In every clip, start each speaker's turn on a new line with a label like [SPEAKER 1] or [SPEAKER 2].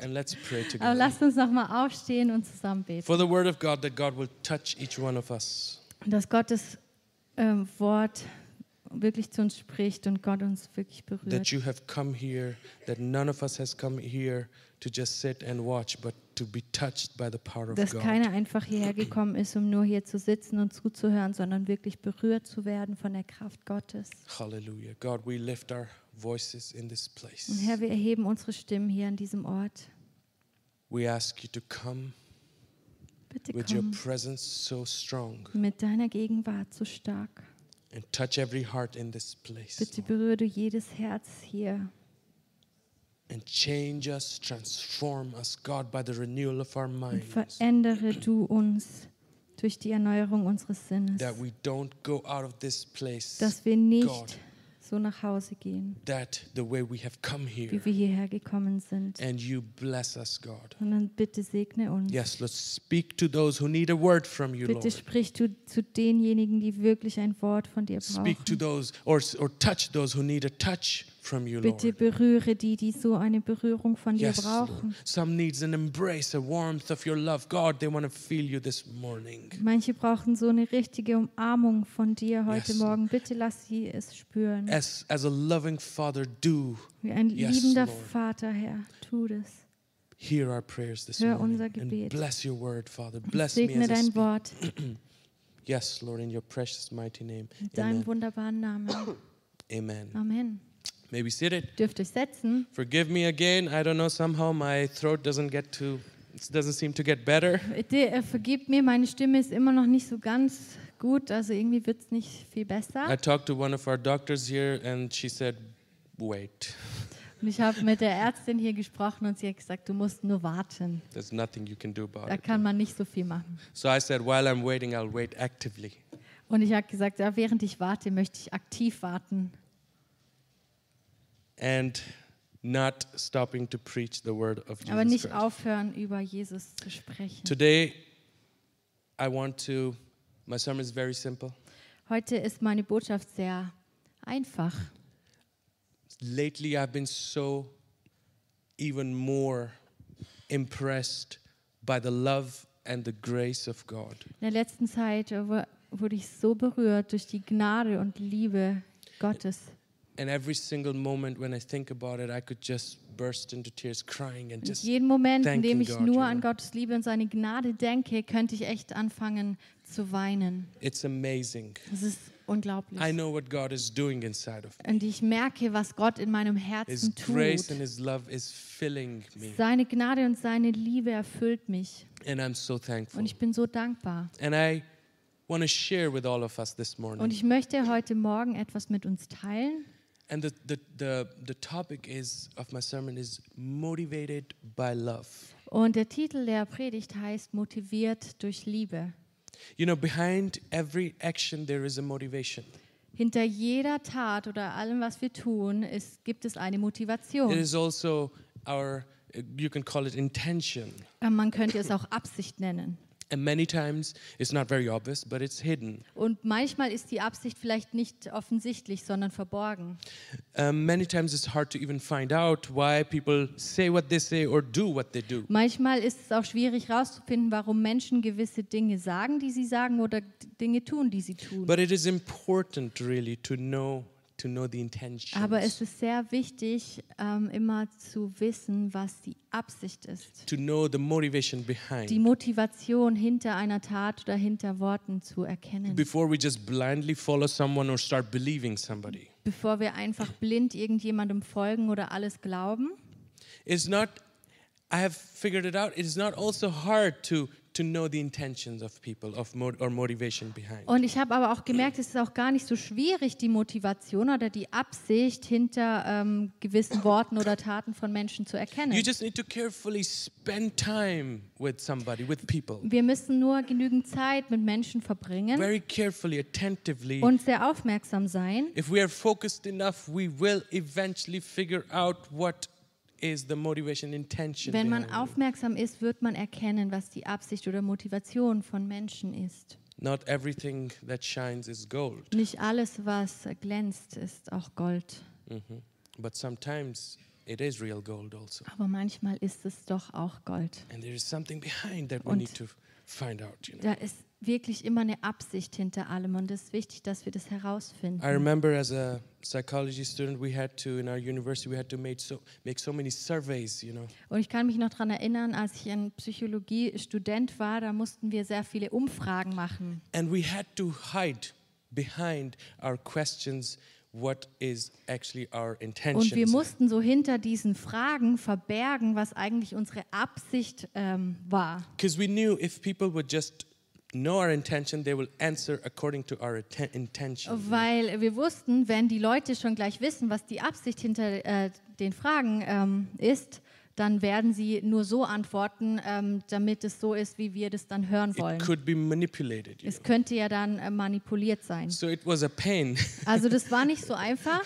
[SPEAKER 1] And let's pray
[SPEAKER 2] Aber
[SPEAKER 1] together
[SPEAKER 2] lasst uns nochmal aufstehen und zusammen beten.
[SPEAKER 1] for the word of God that God will touch each one of us.
[SPEAKER 2] Und dass Gottes ähm, Wort wirklich zu uns spricht und Gott uns wirklich berührt.
[SPEAKER 1] That you have come here, that none of us has come here to just sit and watch, but to be touched by the power of
[SPEAKER 2] Dass
[SPEAKER 1] God.
[SPEAKER 2] keiner einfach hierher gekommen ist, um nur hier zu sitzen und zuzuhören, sondern wirklich berührt zu werden von der Kraft Gottes.
[SPEAKER 1] Hallelujah. God, we lift our voices in this
[SPEAKER 2] Und
[SPEAKER 1] place.
[SPEAKER 2] Herr, wir erheben unsere Stimmen hier an diesem Ort.
[SPEAKER 1] We ask you to come
[SPEAKER 2] Bitte
[SPEAKER 1] with your
[SPEAKER 2] komm
[SPEAKER 1] presence so strong
[SPEAKER 2] mit deiner Gegenwart so stark.
[SPEAKER 1] and touch every heart in this place
[SPEAKER 2] Bitte berühre du jedes Herz hier
[SPEAKER 1] and change us, transform us, God, by the renewal of our
[SPEAKER 2] und
[SPEAKER 1] minds.
[SPEAKER 2] verändere du uns durch die Erneuerung unseres Sinnes,
[SPEAKER 1] That we don't go out of this place
[SPEAKER 2] dass wir
[SPEAKER 1] God.
[SPEAKER 2] nicht so nach Hause gehen,
[SPEAKER 1] that the way we have come here
[SPEAKER 2] wie wir hierher gekommen sind,
[SPEAKER 1] and you bless us, God.
[SPEAKER 2] sondern bitte segne uns.
[SPEAKER 1] Yes, let's speak to those who need a word from you,
[SPEAKER 2] Bitte
[SPEAKER 1] Lord.
[SPEAKER 2] sprich du zu denjenigen, die wirklich ein Wort von dir
[SPEAKER 1] Speak to
[SPEAKER 2] brauchen.
[SPEAKER 1] those or, or touch those who need a touch from you,
[SPEAKER 2] Bitte
[SPEAKER 1] Lord.
[SPEAKER 2] berühre die, die so eine Berührung von dir
[SPEAKER 1] Yes, Lord.
[SPEAKER 2] brauchen.
[SPEAKER 1] Some needs an embrace, a warmth of your love. God, they want to feel you this morning.
[SPEAKER 2] Manche brauchen so eine richtige Umarmung von dir heute
[SPEAKER 1] Yes, Lord.
[SPEAKER 2] Morgen. Bitte lass sie es spüren.
[SPEAKER 1] As, as a loving father, do
[SPEAKER 2] Wie ein
[SPEAKER 1] Yes,
[SPEAKER 2] liebender
[SPEAKER 1] Lord.
[SPEAKER 2] Vater, Herr, tu das.
[SPEAKER 1] hear our prayers this
[SPEAKER 2] Hör
[SPEAKER 1] morning.
[SPEAKER 2] unser
[SPEAKER 1] And
[SPEAKER 2] Gebet.
[SPEAKER 1] bless your word, Father. Bless me
[SPEAKER 2] Segne
[SPEAKER 1] as I
[SPEAKER 2] dein
[SPEAKER 1] speak.
[SPEAKER 2] Wort,
[SPEAKER 1] Yes, Lord, in your precious mighty name.
[SPEAKER 2] in deinem
[SPEAKER 1] Amen.
[SPEAKER 2] wunderbaren Namen.
[SPEAKER 1] Amen.
[SPEAKER 2] Amen.
[SPEAKER 1] May we sit it.
[SPEAKER 2] Dürft euch setzen.
[SPEAKER 1] Forgive me again. I don't know. Somehow my throat doesn't get to, it doesn't seem to get better.
[SPEAKER 2] Bitte äh, vergebt mir, meine Stimme ist immer noch nicht so ganz gut, also irgendwie wird es nicht viel
[SPEAKER 1] I
[SPEAKER 2] besser.
[SPEAKER 1] talked to one of our doctors here, and she said, "Wait,
[SPEAKER 2] Und ich habe mit der Ärztin hier gesprochen und sie hat gesagt, du musst nur warten.
[SPEAKER 1] there's nothing you can do about
[SPEAKER 2] Da
[SPEAKER 1] it."
[SPEAKER 2] kann man nicht so viel machen.
[SPEAKER 1] So I said, "While I'm waiting, I'll wait actively."
[SPEAKER 2] Und ich habe gesagt, ja, während ich warte, möchte ich aktiv warten
[SPEAKER 1] and not stopping to preach the word of
[SPEAKER 2] Aber
[SPEAKER 1] Jesus
[SPEAKER 2] nicht
[SPEAKER 1] Christ.
[SPEAKER 2] aufhören, über Jesus zu sprechen.
[SPEAKER 1] Today, I want to. My sermon is very simple.
[SPEAKER 2] Heute ist meine Botschaft sehr einfach.
[SPEAKER 1] Lately, I've been so even more impressed by the love and the grace of God.
[SPEAKER 2] In der letzten Zeit äh, wu- wurde ich so berührt durch die Gnade und Liebe Gottes.
[SPEAKER 1] And every single moment when I think about it, I could just burst into tears, crying and
[SPEAKER 2] In
[SPEAKER 1] just
[SPEAKER 2] jedem Moment, in dem
[SPEAKER 1] thanking
[SPEAKER 2] ich
[SPEAKER 1] God, you
[SPEAKER 2] nur
[SPEAKER 1] know.
[SPEAKER 2] an Gottes Liebe und seine Gnade denke, könnte ich echt anfangen zu weinen.
[SPEAKER 1] It's amazing.
[SPEAKER 2] Das ist unglaublich.
[SPEAKER 1] I know what God is doing inside of me.
[SPEAKER 2] Und ich merke, was Gott in meinem
[SPEAKER 1] His
[SPEAKER 2] Herzen
[SPEAKER 1] grace and
[SPEAKER 2] tut.
[SPEAKER 1] His love is filling me.
[SPEAKER 2] Seine Gnade und seine Liebe erfüllt mich.
[SPEAKER 1] And I'm so thankful.
[SPEAKER 2] Und ich bin so dankbar.
[SPEAKER 1] And I want to share with all of us this
[SPEAKER 2] Und
[SPEAKER 1] morning.
[SPEAKER 2] ich möchte heute Morgen etwas mit uns teilen.
[SPEAKER 1] And the, the, the, the topic is of my sermon is motivated by love.
[SPEAKER 2] Und der Titel der Predigt heißt Motiviert durch Liebe.
[SPEAKER 1] You know, behind every action there is a motivation.
[SPEAKER 2] Hinter jeder Tat oder allem, was wir tun, ist, gibt es eine
[SPEAKER 1] It
[SPEAKER 2] Motivation.
[SPEAKER 1] is also our uh, you can call it intention.
[SPEAKER 2] Äh, Man könnte es auch Absicht nennen.
[SPEAKER 1] And many times it's not very obvious, but it's hidden.
[SPEAKER 2] Und manchmal ist die Absicht vielleicht nicht offensichtlich, sondern verborgen.
[SPEAKER 1] Um, many times it's hard to even find out why people say what they say or do what they do.
[SPEAKER 2] Manchmal ist es auch schwierig herauszufinden, warum Menschen gewisse Dinge sagen, die sie sagen, oder d- Dinge tun, die sie tun.
[SPEAKER 1] But it is important really to know to know the intention.
[SPEAKER 2] Aber es ist sehr wichtig, ähm, immer zu wissen, was die Absicht ist.
[SPEAKER 1] to know the motivation
[SPEAKER 2] die
[SPEAKER 1] behind
[SPEAKER 2] Motivation hinter einer Tat oder hinter Worten zu erkennen,
[SPEAKER 1] before we just blindly follow someone or start believing somebody.
[SPEAKER 2] bevor wir einfach blind irgendjemandem folgen oder alles glauben.
[SPEAKER 1] It's not I have figured it out. It is not also hard to to know the intentions of people of mo- or motivation behind.
[SPEAKER 2] Und ich habe aber auch gemerkt, es ist auch gar nicht so schwierig, die Motivation oder die Absicht hinter ähm, gewissen Worten oder Taten von Menschen zu erkennen.
[SPEAKER 1] You just need to carefully spend time with somebody, with people.
[SPEAKER 2] Wir müssen nur genügend Zeit mit Menschen verbringen
[SPEAKER 1] Very carefully, attentively.
[SPEAKER 2] und sehr aufmerksam sein.
[SPEAKER 1] If we are focused enough, we will eventually figure out what is the motivation intention.
[SPEAKER 2] Wenn man
[SPEAKER 1] behind it.
[SPEAKER 2] aufmerksam ist, wird man erkennen, was die Absicht oder Motivation von Menschen ist.
[SPEAKER 1] Not everything that shines is gold.
[SPEAKER 2] Nicht alles, was glänzt, ist auch Gold.
[SPEAKER 1] But sometimes it is real gold also.
[SPEAKER 2] Aber manchmal ist es doch auch Gold.
[SPEAKER 1] And there is something behind that we
[SPEAKER 2] Und-
[SPEAKER 1] need to find out. You know?
[SPEAKER 2] Da ist wirklich immer eine Absicht hinter allem und es ist wichtig, dass wir das herausfinden.
[SPEAKER 1] I remember as a psychology student, we had to, in our university, we had to make so, make so many surveys, you know.
[SPEAKER 2] Und ich kann mich noch daran erinnern, als ich ein Psychologiestudent war, da mussten wir sehr viele Umfragen machen.
[SPEAKER 1] And we had to hide behind our questions what is actually our
[SPEAKER 2] Und wir
[SPEAKER 1] intentions.
[SPEAKER 2] mussten so hinter diesen Fragen verbergen, was eigentlich unsere Absicht ähm, war.
[SPEAKER 1] Because we knew if people would just know our intention, they will answer according to our atten- intention.
[SPEAKER 2] Weil wir wussten, wenn die Leute schon gleich wissen, was die Absicht hinter äh, den Fragen ähm, ist, dann werden sie nur so antworten, ähm, damit es so ist, wie wir das dann hören
[SPEAKER 1] It
[SPEAKER 2] wollen.
[SPEAKER 1] could be manipulated. You know?
[SPEAKER 2] Es könnte ja dann äh, manipuliert sein.
[SPEAKER 1] So it was a pain
[SPEAKER 2] Also das war nicht so einfach.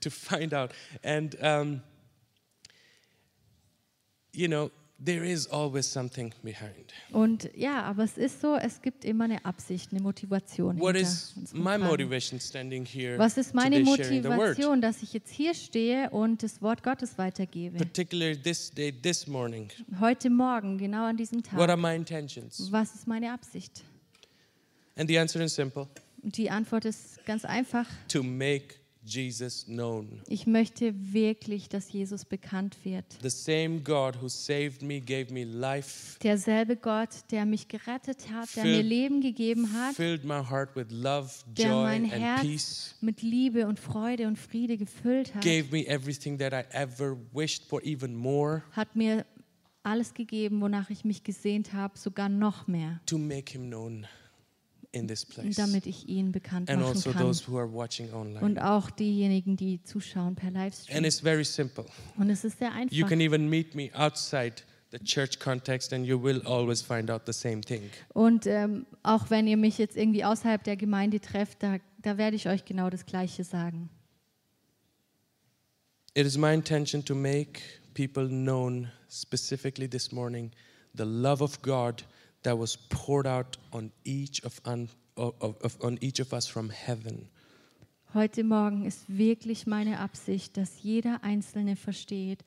[SPEAKER 1] to find out. And, um, you know, there is always something behind.
[SPEAKER 2] Und ja, aber es ist so, es gibt immer eine Absicht, eine Motivation.
[SPEAKER 1] What
[SPEAKER 2] hinter
[SPEAKER 1] is
[SPEAKER 2] unseren
[SPEAKER 1] my
[SPEAKER 2] Fragen.
[SPEAKER 1] motivation standing here
[SPEAKER 2] Was ist meine
[SPEAKER 1] today sharing the word?
[SPEAKER 2] Motivation, dass ich jetzt hier stehe und das Wort Gottes weitergebe?
[SPEAKER 1] Particularly this day, this morning.
[SPEAKER 2] Heute Morgen, genau an diesem Tag.
[SPEAKER 1] What are my intentions?
[SPEAKER 2] Was ist meine Absicht?
[SPEAKER 1] And the answer is simple
[SPEAKER 2] Und Die Antwort ist ganz einfach.
[SPEAKER 1] to make Jesus known.
[SPEAKER 2] Ich möchte wirklich, dass Jesus bekannt wird.
[SPEAKER 1] The same God who saved me, gave me life,
[SPEAKER 2] Derselbe Gott, der mich gerettet hat, der
[SPEAKER 1] Fill-
[SPEAKER 2] mir Leben gegeben hat,
[SPEAKER 1] filled my heart with love,
[SPEAKER 2] der
[SPEAKER 1] joy,
[SPEAKER 2] mein
[SPEAKER 1] and
[SPEAKER 2] Herz
[SPEAKER 1] peace,
[SPEAKER 2] mit Liebe und Freude und Friede gefüllt hat,
[SPEAKER 1] gave me everything that I ever wished for, even more,
[SPEAKER 2] hat mir alles gegeben, wonach ich mich gesehnt habe, sogar noch mehr,
[SPEAKER 1] to make him known in this place.
[SPEAKER 2] damit ich ihn bekannt
[SPEAKER 1] And
[SPEAKER 2] machen
[SPEAKER 1] also
[SPEAKER 2] kann.
[SPEAKER 1] those who are watching online.
[SPEAKER 2] Und auch diejenigen, die zuschauen per
[SPEAKER 1] And
[SPEAKER 2] Livestream.
[SPEAKER 1] it's very simple.
[SPEAKER 2] Und es ist sehr
[SPEAKER 1] You
[SPEAKER 2] einfach.
[SPEAKER 1] can even meet me outside the church context and you will always find out the same thing.
[SPEAKER 2] Und ähm, auch wenn ihr mich jetzt irgendwie außerhalb der Gemeinde trefft, da, da werde ich euch genau das Gleiche sagen.
[SPEAKER 1] It is my intention to make people known specifically this morning the love of God that was poured out on each of, un, of, of, on each of us from heaven.
[SPEAKER 2] Heute Morgen ist wirklich meine Absicht, dass jeder Einzelne versteht,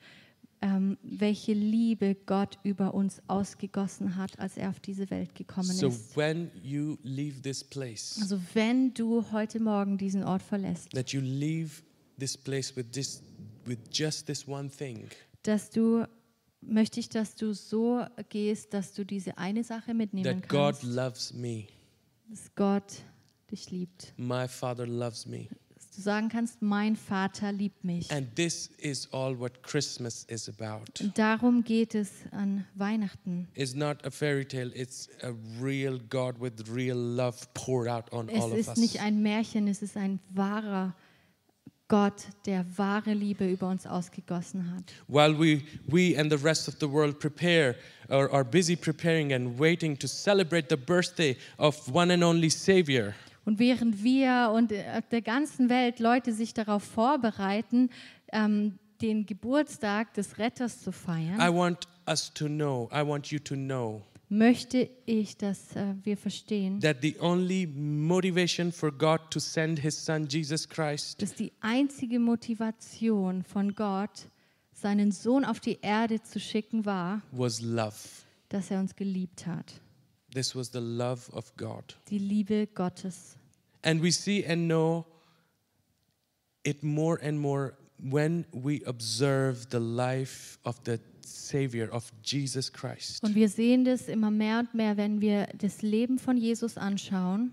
[SPEAKER 2] ähm, welche Liebe Gott über uns ausgegossen hat, als er auf diese Welt gekommen
[SPEAKER 1] So
[SPEAKER 2] ist.
[SPEAKER 1] when you leave this place,
[SPEAKER 2] Also wenn du heute Morgen diesen Ort verlässt,
[SPEAKER 1] that you leave this place with this with just this one thing.
[SPEAKER 2] dass du möchte ich, dass du so gehst, dass du diese eine Sache mitnehmen
[SPEAKER 1] That God
[SPEAKER 2] kannst,
[SPEAKER 1] loves me.
[SPEAKER 2] dass Gott dich liebt.
[SPEAKER 1] My Father loves me.
[SPEAKER 2] Dass du sagen kannst, mein Vater liebt mich.
[SPEAKER 1] And this is all what Christmas is about.
[SPEAKER 2] Und darum geht es an Weihnachten.
[SPEAKER 1] It's not a fairy tale, it's a real God with real love poured out on
[SPEAKER 2] Es
[SPEAKER 1] all of
[SPEAKER 2] ist
[SPEAKER 1] us.
[SPEAKER 2] nicht ein Märchen, es ist ein wahrer Gott, der wahre Liebe über uns ausgegossen hat.
[SPEAKER 1] While we, we and the rest of the world prepare or are busy preparing and waiting to celebrate the birthday of one and only Savior,
[SPEAKER 2] Und während wir und äh, auf der ganzen Welt Leute sich darauf vorbereiten, ähm, den Geburtstag des Retters zu
[SPEAKER 1] I
[SPEAKER 2] feiern,
[SPEAKER 1] want us to know, I want you to know
[SPEAKER 2] möchte ich, dass äh, wir verstehen,
[SPEAKER 1] that the only motivation for God to send His Son Jesus Christ
[SPEAKER 2] dass die einzige Motivation von Gott, seinen Sohn auf die Erde zu schicken, war,
[SPEAKER 1] was love.
[SPEAKER 2] dass er uns geliebt hat.
[SPEAKER 1] This was the love of God.
[SPEAKER 2] Die Liebe Gottes.
[SPEAKER 1] And we see and know it more and more when we observe the life of the Savior, of Jesus Christ.
[SPEAKER 2] Und wir sehen das immer mehr und mehr, wenn wir das Leben von Jesus anschauen.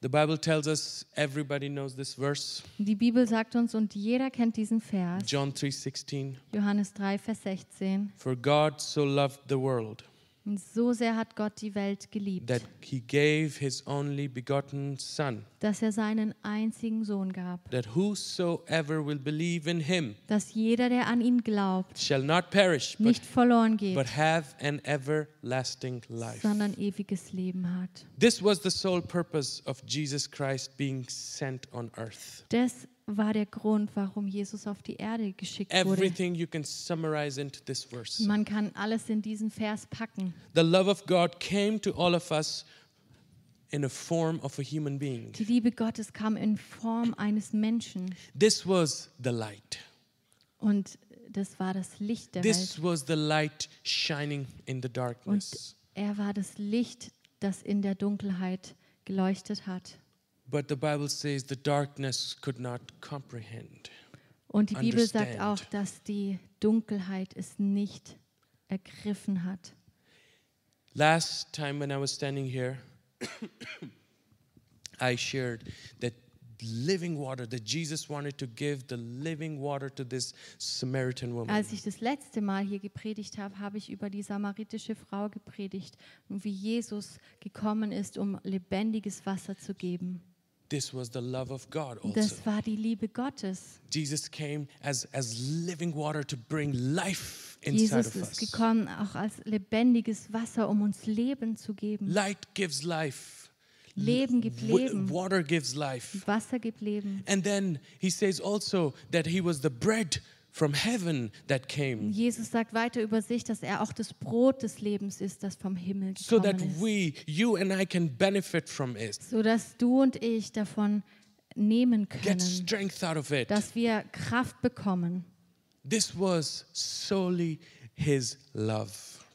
[SPEAKER 1] The Bible tells us everybody knows this verse,
[SPEAKER 2] Die Bibel sagt uns, und jeder kennt diesen Vers,
[SPEAKER 1] John 3:16,
[SPEAKER 2] Johannes 3, Vers 16.
[SPEAKER 1] for God so loved the world
[SPEAKER 2] Und so sehr hat Gott die Welt geliebt,
[SPEAKER 1] that he gave his only begotten son
[SPEAKER 2] dass er seinen einzigen Sohn gab,
[SPEAKER 1] that whosoever will believe in him
[SPEAKER 2] dass jeder, der an ihn glaubt,
[SPEAKER 1] shall not perish but,
[SPEAKER 2] nicht verloren
[SPEAKER 1] but
[SPEAKER 2] geht,
[SPEAKER 1] have an everlasting life.
[SPEAKER 2] sondern ewiges Leben hat.
[SPEAKER 1] This was the sole purpose of Jesus Christ being sent on earth.
[SPEAKER 2] Das war der Grund, warum Jesus auf die Erde geschickt wurde.
[SPEAKER 1] Everything you can summarize into this verse.
[SPEAKER 2] Man kann alles in diesen Vers packen.
[SPEAKER 1] The love of God came to all of us in the form of a human being.
[SPEAKER 2] Die Liebe Gottes kam in Form eines Menschen.
[SPEAKER 1] This was the light.
[SPEAKER 2] Und das war das Licht der Welt.
[SPEAKER 1] This was the light shining in the darkness.
[SPEAKER 2] Er war das Licht, das in der Dunkelheit geleuchtet hat.
[SPEAKER 1] But the Bible says the darkness could not comprehend.
[SPEAKER 2] Und die Bibel sagt
[SPEAKER 1] Understand.
[SPEAKER 2] auch, dass die Dunkelheit es nicht ergriffen hat.
[SPEAKER 1] Last time when I was standing here, I shared that living water, that Jesus wanted to give the living water to this Samaritan woman.
[SPEAKER 2] Als ich das letzte Mal hier gepredigt habe, habe ich über die samaritische Frau gepredigt und wie Jesus gekommen ist, um lebendiges Wasser zu geben.
[SPEAKER 1] this was the love of God also.
[SPEAKER 2] Das war die Liebe Gottes.
[SPEAKER 1] Jesus came as, as living water to bring life inside
[SPEAKER 2] Jesus
[SPEAKER 1] of
[SPEAKER 2] ist
[SPEAKER 1] us.
[SPEAKER 2] gekommen auch als lebendiges Wasser, um uns Leben zu geben.
[SPEAKER 1] Light gives life.
[SPEAKER 2] Leben gibt
[SPEAKER 1] Wa-
[SPEAKER 2] Leben.
[SPEAKER 1] Water gives life.
[SPEAKER 2] Wasser gibt Leben.
[SPEAKER 1] And then he says also that he was the bread from heaven that came
[SPEAKER 2] Jesus sagt weiter über sich, dass er auch das Brot des Lebens ist, das vom Himmel
[SPEAKER 1] so that
[SPEAKER 2] gekommen ist.
[SPEAKER 1] we, you and I can benefit from it.
[SPEAKER 2] Sodass du und ich davon nehmen
[SPEAKER 1] Get
[SPEAKER 2] können,
[SPEAKER 1] strength out of it.
[SPEAKER 2] dass wir Kraft bekommen.
[SPEAKER 1] This was solely his love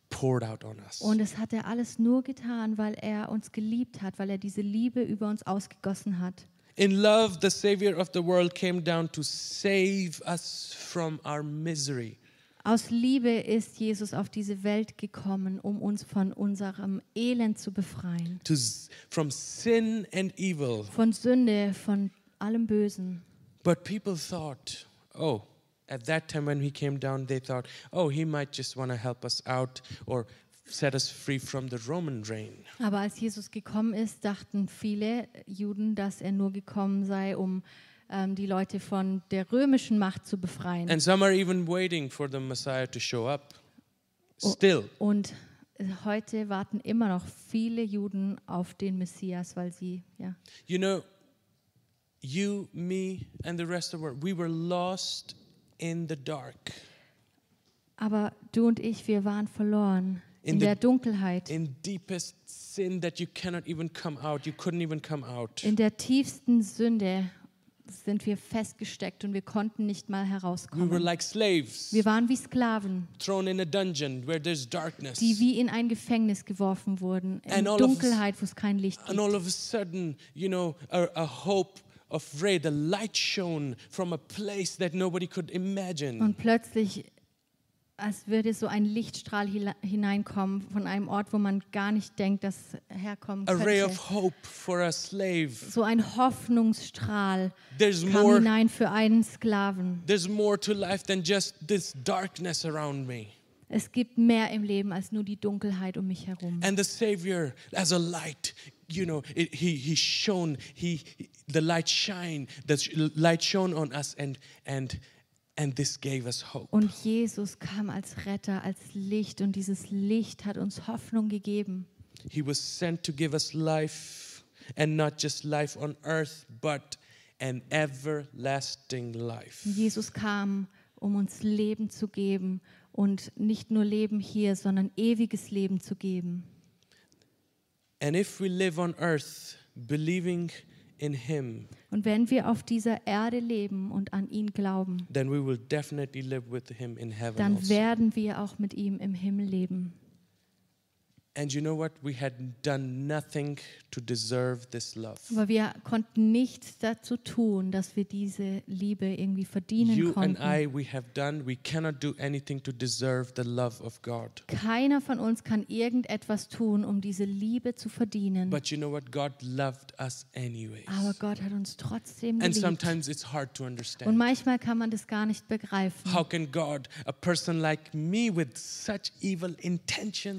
[SPEAKER 1] poured out on us.
[SPEAKER 2] Und es hat er alles nur getan, weil er uns geliebt hat, weil er diese Liebe über uns ausgegossen hat.
[SPEAKER 1] In love, the Savior of the world came down to save us from our misery.
[SPEAKER 2] Aus Liebe ist Jesus auf diese Welt gekommen, um uns von unserem Elend zu befreien.
[SPEAKER 1] to s- from sin and evil.
[SPEAKER 2] Von Sünde, von allem Bösen.
[SPEAKER 1] But people thought, oh, at that time when he came down, they thought, oh, he might just want to help us out or set us free from the Roman reign.
[SPEAKER 2] Aber als Jesus gekommen ist, dachten viele Juden, dass er nur gekommen sei, um ähm, die Leute von der römischen Macht zu befreien.
[SPEAKER 1] And some are even waiting for the Messiah to show up. Still,
[SPEAKER 2] Und heute warten immer noch viele Juden auf den Messias, weil sie, ja.
[SPEAKER 1] you know, you, me, and the rest of the world, we were lost in the dark,
[SPEAKER 2] Aber du und ich, wir waren verloren
[SPEAKER 1] In
[SPEAKER 2] in,
[SPEAKER 1] the-
[SPEAKER 2] der Dunkelheit, in,
[SPEAKER 1] in deepest sin that you cannot even come out. You couldn't even come out.
[SPEAKER 2] der tiefsten Sünde sind wir festgesteckt und wir konnten nicht mal
[SPEAKER 1] We were
[SPEAKER 2] herauskommen.
[SPEAKER 1] like slaves.
[SPEAKER 2] Wir waren wie Sklaven,
[SPEAKER 1] thrown in a dungeon where there's darkness.
[SPEAKER 2] die wie in ein Gefängnis geworfen wurden, in
[SPEAKER 1] And all of-
[SPEAKER 2] Dunkelheit, wo es kein Licht
[SPEAKER 1] And
[SPEAKER 2] gibt.
[SPEAKER 1] all of a sudden, you know, a, a hope of ray, the light shone from a place that nobody could imagine.
[SPEAKER 2] Und plötzlich, als würde so ein Lichtstrahl hila- hineinkommen von einem Ort, wo man gar nicht denkt, dass herkommen
[SPEAKER 1] a ray of
[SPEAKER 2] könnte.
[SPEAKER 1] hope for a slave.
[SPEAKER 2] So ein Hoffnungsstrahl
[SPEAKER 1] There's
[SPEAKER 2] kam
[SPEAKER 1] more.
[SPEAKER 2] hinein für einen Sklaven.
[SPEAKER 1] There's more to life than just this darkness around me.
[SPEAKER 2] Es gibt mehr im Leben als nur die Dunkelheit um mich herum.
[SPEAKER 1] And the Savior, as a light, you know, it, he he shone. He the light shine. The sh- light shone on us, and and and this gave us hope.
[SPEAKER 2] Und Jesus kam als Retter, als Licht und dieses Licht hat uns Hoffnung gegeben.
[SPEAKER 1] He was sent to give us life, and not just life on earth, but an everlasting life.
[SPEAKER 2] Jesus kam, um uns Leben zu geben und nicht nur Leben hier, sondern ewiges Leben zu geben.
[SPEAKER 1] And if we live on earth believing in Him,
[SPEAKER 2] Und wenn wir auf dieser Erde leben und an ihn glauben,
[SPEAKER 1] then we will definitely live with Him in heaven.
[SPEAKER 2] dann
[SPEAKER 1] also.
[SPEAKER 2] werden wir auch mit ihm im Himmel leben.
[SPEAKER 1] And you know what? We had done nothing to deserve this love.
[SPEAKER 2] Aber wir konnten nichts dazu tun, dass wir diese Liebe irgendwie verdienen
[SPEAKER 1] You and
[SPEAKER 2] konnten.
[SPEAKER 1] I, we have done, we cannot do anything to deserve the love of God.
[SPEAKER 2] Keiner von uns kann irgendetwas tun, um diese Liebe zu verdienen.
[SPEAKER 1] But you know what? God loved us anyways.
[SPEAKER 2] Aber Gott hat uns trotzdem
[SPEAKER 1] And
[SPEAKER 2] geliebt.
[SPEAKER 1] sometimes it's hard to
[SPEAKER 2] Und
[SPEAKER 1] understand.
[SPEAKER 2] manchmal kann man das gar nicht begreifen.
[SPEAKER 1] How can God, a person like me with such evil intention,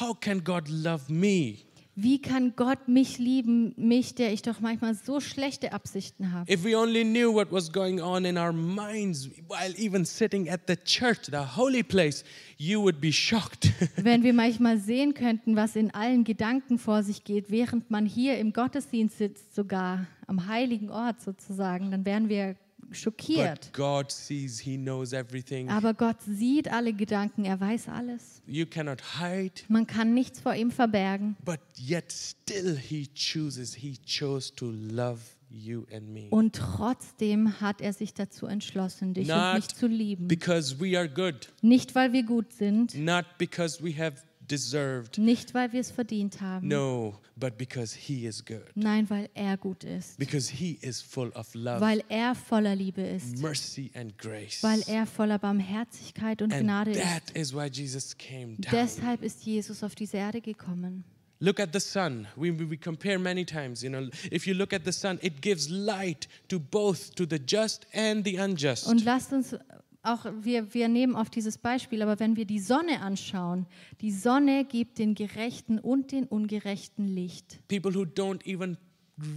[SPEAKER 1] how can God love me?
[SPEAKER 2] Wie kann Gott mich lieben, mich, der ich doch manchmal so schlechte Absichten habe?
[SPEAKER 1] If we only knew what was going on in our minds while even sitting at the church, the holy place, you would be shocked.
[SPEAKER 2] Wenn wir manchmal sehen könnten, was in allen Gedanken vor sich geht, während man hier im Gottesdienst sitzt, sogar am heiligen Ort sozusagen, dann wären wir
[SPEAKER 1] but
[SPEAKER 2] schockiert.
[SPEAKER 1] God sees, He knows everything.
[SPEAKER 2] Aber Gott sieht alle Gedanken, er weiß alles.
[SPEAKER 1] You cannot hide,
[SPEAKER 2] Man kann nichts vor ihm verbergen.
[SPEAKER 1] but yet still He chooses. He chose to love you and me.
[SPEAKER 2] Und trotzdem hat er sich dazu entschlossen, dich und
[SPEAKER 1] Not
[SPEAKER 2] mich zu lieben.
[SPEAKER 1] Because we are good,
[SPEAKER 2] Nicht, weil wir gut sind,
[SPEAKER 1] not because we have deserved.
[SPEAKER 2] nicht, weil wir es verdient haben.
[SPEAKER 1] No, but because He is good.
[SPEAKER 2] Nein, weil er gut ist.
[SPEAKER 1] Because He is full of love,
[SPEAKER 2] Weil er voller Liebe ist.
[SPEAKER 1] mercy, and grace.
[SPEAKER 2] Weil er voller Barmherzigkeit und
[SPEAKER 1] and
[SPEAKER 2] Gnade ist.
[SPEAKER 1] that is why Jesus came down.
[SPEAKER 2] Deshalb ist Jesus auf diese Erde gekommen.
[SPEAKER 1] Look at the sun. We, we we compare many times. You know, if you look at the sun, it gives light to both to the just and the unjust.
[SPEAKER 2] Und lasst uns auch, wir, wir nehmen oft dieses Beispiel, aber wenn wir die Sonne anschauen, die Sonne gibt den Gerechten und den Ungerechten Licht.
[SPEAKER 1] People who don't even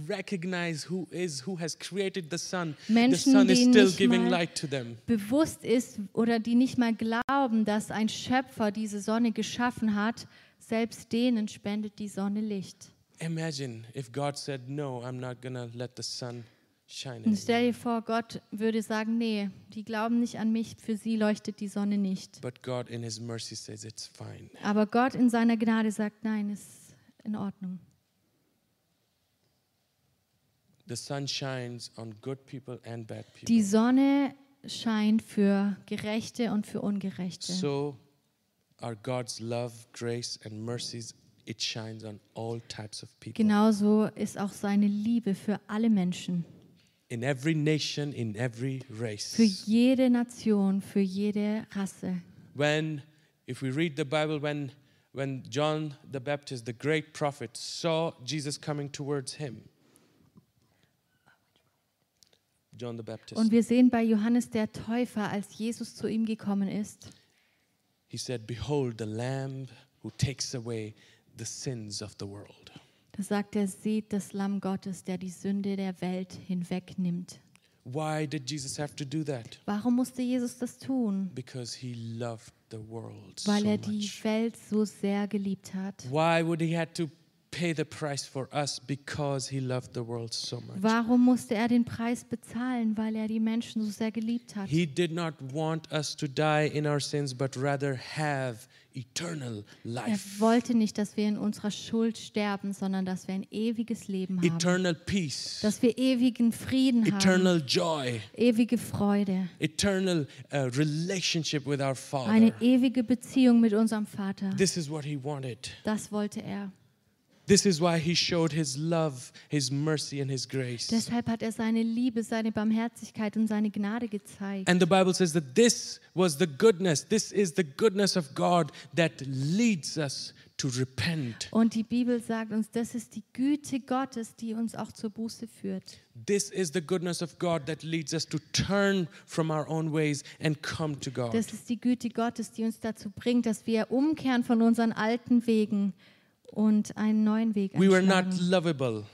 [SPEAKER 1] recognize who is who has created the sun. the
[SPEAKER 2] Menschen,
[SPEAKER 1] sun is
[SPEAKER 2] die
[SPEAKER 1] still
[SPEAKER 2] nicht
[SPEAKER 1] giving
[SPEAKER 2] mal-
[SPEAKER 1] light to them.
[SPEAKER 2] Bewusst ist oder die nicht mal glauben, dass ein Schöpfer diese Sonne geschaffen hat, selbst denen spendet die Sonne Licht.
[SPEAKER 1] Imagine if God said, "No, I'm not gonna let the sun shine."
[SPEAKER 2] Und
[SPEAKER 1] anymore."
[SPEAKER 2] stell dir vor, Gott würde sagen, nee, die glauben nicht an mich, für sie leuchtet die Sonne nicht.
[SPEAKER 1] But God, in His mercy, says it's fine.
[SPEAKER 2] Aber Gott in seiner Gnade sagt, nein, ist in Ordnung.
[SPEAKER 1] The sun shines on good people and bad people.
[SPEAKER 2] Die Sonne scheint für Gerechte und für Ungerechte.
[SPEAKER 1] So are God's love, grace, and mercies. It shines on all types of people.
[SPEAKER 2] Genauso ist auch seine Liebe für alle Menschen,
[SPEAKER 1] In every nation, in every
[SPEAKER 2] für
[SPEAKER 1] race.
[SPEAKER 2] jede Nation, für jede Rasse.
[SPEAKER 1] When, if we read the Bible, when, when John the Baptist, the great prophet, saw Jesus coming towards him, John the
[SPEAKER 2] Und
[SPEAKER 1] Baptist,
[SPEAKER 2] wir sehen bei Johannes der Täufer, als Jesus zu ihm gekommen ist,
[SPEAKER 1] he said, Behold, the Lamb who takes away the sins of the world.
[SPEAKER 2] da sagt er, seht das Lamm Gottes, der die Sünde der Welt hinwegnimmt.
[SPEAKER 1] Why did Jesus have to do that?
[SPEAKER 2] Warum musste Jesus das tun?
[SPEAKER 1] Because he loved the world
[SPEAKER 2] Weil
[SPEAKER 1] so
[SPEAKER 2] er die
[SPEAKER 1] much.
[SPEAKER 2] Welt so sehr geliebt hat.
[SPEAKER 1] Why would he had to pay the price for us? Because he loved the world so much.
[SPEAKER 2] Warum musste er den Preis bezahlen? Weil er die Menschen so sehr geliebt hat.
[SPEAKER 1] He did not want us to die in our sins, but rather have eternal
[SPEAKER 2] Er
[SPEAKER 1] life,
[SPEAKER 2] wollte nicht, dass wir in unserer Schuld sterben, sondern dass wir ein ewiges Leben haben.
[SPEAKER 1] eternal peace,
[SPEAKER 2] Dass wir ewigen Frieden haben,
[SPEAKER 1] eternal joy,
[SPEAKER 2] ewige Freude,
[SPEAKER 1] eternal uh, relationship with our Father.
[SPEAKER 2] eine ewige Beziehung mit unserem Vater.
[SPEAKER 1] This is what he wanted.
[SPEAKER 2] Das wollte er.
[SPEAKER 1] This is why he showed his love, his mercy, and his grace.
[SPEAKER 2] Deshalb hat er seine Liebe, seine Barmherzigkeit und seine Gnade gezeigt.
[SPEAKER 1] And the Bible says that this was the goodness, this is the goodness of God that leads us to repent.
[SPEAKER 2] Und die Bibel sagt uns, das ist die Güte Gottes, die uns auch zur Buße führt.
[SPEAKER 1] This is the goodness of God that leads us to turn from our own ways and come to God.
[SPEAKER 2] Das ist die Güte Gottes, die uns dazu bringt, dass wir umkehren von unseren alten Wegen und einen neuen Weg
[SPEAKER 1] We were not
[SPEAKER 2] einschlagen.
[SPEAKER 1] lovable,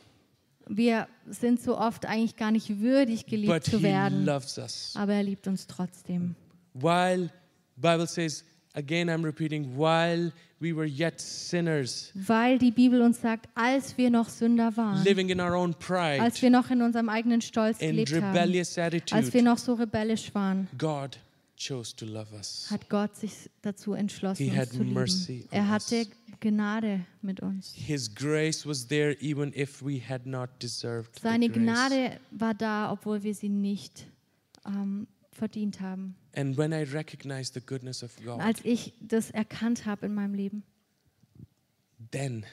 [SPEAKER 2] Wir sind so oft eigentlich gar nicht würdig, geliebt
[SPEAKER 1] but
[SPEAKER 2] zu
[SPEAKER 1] He
[SPEAKER 2] werden,
[SPEAKER 1] loves us.
[SPEAKER 2] aber er liebt uns trotzdem.
[SPEAKER 1] While Bible says again, I'm repeating, while we were yet sinners,
[SPEAKER 2] Weil die Bibel uns sagt, als wir noch Sünder waren,
[SPEAKER 1] living in our own pride,
[SPEAKER 2] als wir noch in unserem eigenen Stolz
[SPEAKER 1] in
[SPEAKER 2] gelebt haben,
[SPEAKER 1] rebellious
[SPEAKER 2] als wir
[SPEAKER 1] attitude,
[SPEAKER 2] noch so rebellisch waren,
[SPEAKER 1] God chose to love us.
[SPEAKER 2] hat Gott sich dazu
[SPEAKER 1] He
[SPEAKER 2] entschlossen,
[SPEAKER 1] had
[SPEAKER 2] uns zu
[SPEAKER 1] mercy
[SPEAKER 2] lieben.
[SPEAKER 1] on
[SPEAKER 2] Er hatte
[SPEAKER 1] us.
[SPEAKER 2] Gnade mit uns.
[SPEAKER 1] His grace was there even if we had not deserved the
[SPEAKER 2] Seine
[SPEAKER 1] grace.
[SPEAKER 2] Gnade war da, obwohl wir sie nicht ähm, verdient haben.
[SPEAKER 1] And when I recognize the goodness of
[SPEAKER 2] Und
[SPEAKER 1] God,
[SPEAKER 2] als ich das erkannt habe in meinem Leben,
[SPEAKER 1] then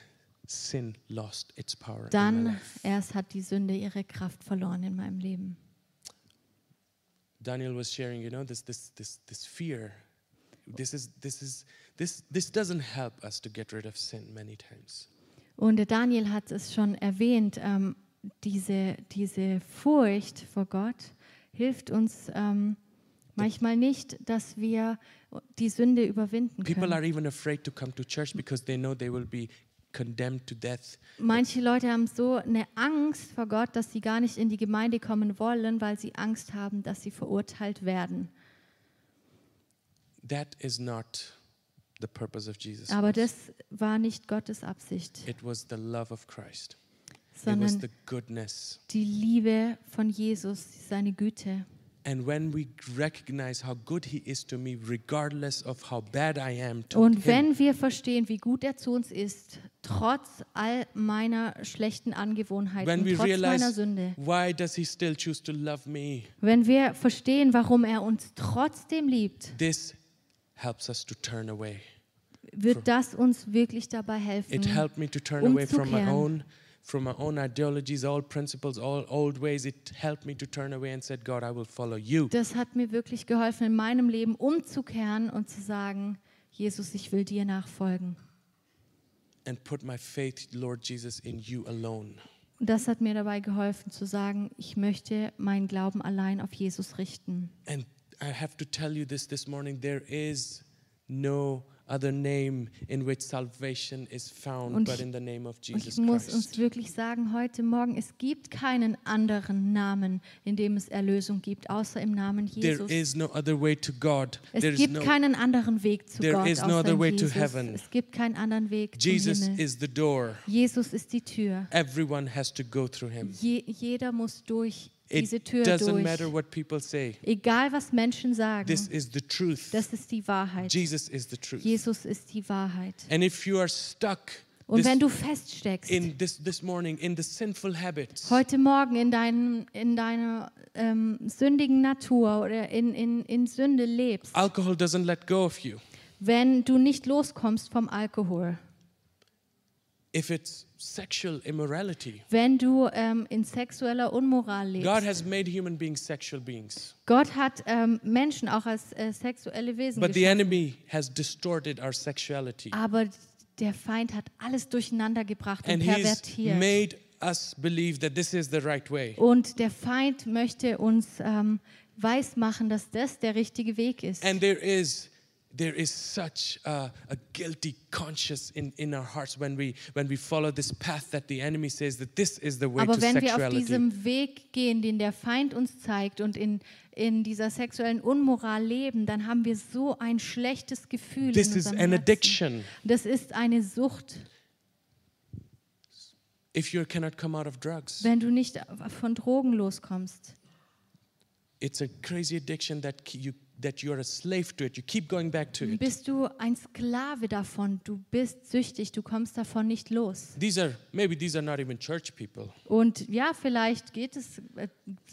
[SPEAKER 1] sin lost its power. in my
[SPEAKER 2] dann
[SPEAKER 1] life.
[SPEAKER 2] erst hat die Sünde ihre Kraft verloren in meinem Leben.
[SPEAKER 1] Daniel was sharing, you know, this this this this fear. This is this is this this doesn't help us to get rid of sin many times.
[SPEAKER 2] Und der Daniel hat es schon erwähnt, ähm, diese, diese Furcht vor Gott hilft uns ähm, manchmal nicht, dass wir die Sünde überwinden
[SPEAKER 1] People
[SPEAKER 2] können.
[SPEAKER 1] are even afraid to come to church because they know they will be condemned to death.
[SPEAKER 2] Manche Leute haben so eine Angst vor Gott, dass sie gar nicht in die Gemeinde kommen wollen, weil sie Angst haben, dass sie verurteilt werden.
[SPEAKER 1] That is not the purpose of Jesus.
[SPEAKER 2] Aber das war nicht Gottes Absicht,
[SPEAKER 1] it was the love of Christ. It was
[SPEAKER 2] sondern
[SPEAKER 1] the goodness.
[SPEAKER 2] die Liebe von Jesus, seine Güte.
[SPEAKER 1] And when we recognize how good He is to me, regardless of how bad I am to
[SPEAKER 2] Und
[SPEAKER 1] Him,
[SPEAKER 2] wenn wir verstehen, wie gut er zu uns ist, trotz all meiner schlechten Angewohnheiten,
[SPEAKER 1] when we
[SPEAKER 2] trotz meiner
[SPEAKER 1] realize
[SPEAKER 2] Sünde,
[SPEAKER 1] why does He still choose to love me,
[SPEAKER 2] wenn wir verstehen, warum er uns trotzdem liebt,
[SPEAKER 1] this helps us to turn away.
[SPEAKER 2] wird das uns wirklich dabei
[SPEAKER 1] It
[SPEAKER 2] helfen.
[SPEAKER 1] helped me to turn away from my
[SPEAKER 2] Mm. Umzukehren.
[SPEAKER 1] own from my own ideologies, all principles, all old ways. It helped me to turn away and said, God, I will follow you.
[SPEAKER 2] Das hat mir wirklich geholfen, in meinem Leben umzukehren und zu sagen, Jesus, ich will dir nachfolgen.
[SPEAKER 1] and put my faith, Lord Jesus, in you alone.
[SPEAKER 2] Und das hat mir dabei geholfen zu sagen, ich möchte meinen Glauben allein auf Jesus richten.
[SPEAKER 1] And I have to tell you this this morning there is no other name in which salvation is found
[SPEAKER 2] Und
[SPEAKER 1] but
[SPEAKER 2] ich-
[SPEAKER 1] in the name of
[SPEAKER 2] Und ich
[SPEAKER 1] Jesus
[SPEAKER 2] muss uns
[SPEAKER 1] Christ.
[SPEAKER 2] wirklich sagen, heute Morgen, es gibt keinen anderen Namen, in dem es Erlösung gibt, außer im Namen
[SPEAKER 1] There
[SPEAKER 2] Jesus.
[SPEAKER 1] is no other way to God. There
[SPEAKER 2] Es
[SPEAKER 1] is
[SPEAKER 2] gibt
[SPEAKER 1] no
[SPEAKER 2] keinen anderen Weg zu
[SPEAKER 1] There
[SPEAKER 2] Gott,
[SPEAKER 1] is no
[SPEAKER 2] außer
[SPEAKER 1] other
[SPEAKER 2] in
[SPEAKER 1] way to
[SPEAKER 2] Jesus.
[SPEAKER 1] heaven.
[SPEAKER 2] Es gibt keinen anderen Weg
[SPEAKER 1] Jesus
[SPEAKER 2] zum Himmel.
[SPEAKER 1] is the door.
[SPEAKER 2] Jesus ist die Tür.
[SPEAKER 1] Everyone has to go through him.
[SPEAKER 2] Je, jeder muss durch diese
[SPEAKER 1] It
[SPEAKER 2] Tür
[SPEAKER 1] doesn't
[SPEAKER 2] durch.
[SPEAKER 1] matter what people say.
[SPEAKER 2] Egal, was Menschen sagen,
[SPEAKER 1] This is the truth.
[SPEAKER 2] das ist die Wahrheit.
[SPEAKER 1] Jesus is the truth.
[SPEAKER 2] Jesus ist die Wahrheit.
[SPEAKER 1] And if you are stuck
[SPEAKER 2] Und
[SPEAKER 1] this-
[SPEAKER 2] wenn du feststeckst,
[SPEAKER 1] in this this morning in the sinful habits,
[SPEAKER 2] heute Morgen in, deinem, in deiner ähm, sündigen Natur oder in, in, in Sünde lebst,
[SPEAKER 1] alcohol doesn't let go of you.
[SPEAKER 2] wenn du nicht loskommst vom Alkohol,
[SPEAKER 1] if it's sexual immorality.
[SPEAKER 2] wenn du ähm, in sexueller Unmoral
[SPEAKER 1] God
[SPEAKER 2] lebst.
[SPEAKER 1] has made human beings sexual beings,
[SPEAKER 2] Gott hat ähm, Menschen auch als äh, sexuelle Wesen
[SPEAKER 1] but the
[SPEAKER 2] geschaffen,
[SPEAKER 1] enemy has distorted our sexuality.
[SPEAKER 2] aber der Feind hat alles durcheinander gebracht und
[SPEAKER 1] And he's
[SPEAKER 2] pervertiert.
[SPEAKER 1] made us believe that this is the right way.
[SPEAKER 2] Und der Feind möchte uns ähm, weismachen, dass das der richtige Weg ist.
[SPEAKER 1] And there is there is such a, a guilty conscience in, in our hearts when we when we follow this path that the enemy says that this is the way
[SPEAKER 2] Aber
[SPEAKER 1] to
[SPEAKER 2] wenn wir auf
[SPEAKER 1] sexuality.
[SPEAKER 2] diesem Weg gehen, den der Feind uns zeigt und in, in dieser sexuellen Unmoral leben, dann haben wir so ein schlechtes Gefühl.
[SPEAKER 1] This
[SPEAKER 2] in
[SPEAKER 1] is
[SPEAKER 2] unserem
[SPEAKER 1] an
[SPEAKER 2] Herzen.
[SPEAKER 1] addiction.
[SPEAKER 2] Das ist eine Sucht.
[SPEAKER 1] If you cannot come out of drugs,
[SPEAKER 2] Wenn du nicht von Drogen loskommst,
[SPEAKER 1] it's a crazy addiction that ke- you that you are a slave to it. You keep going back to it.
[SPEAKER 2] bist du ein Sklave davon. Du bist süchtig, du kommst davon nicht los.
[SPEAKER 1] These are maybe these are not even church people.
[SPEAKER 2] Und ja, vielleicht geht es, äh,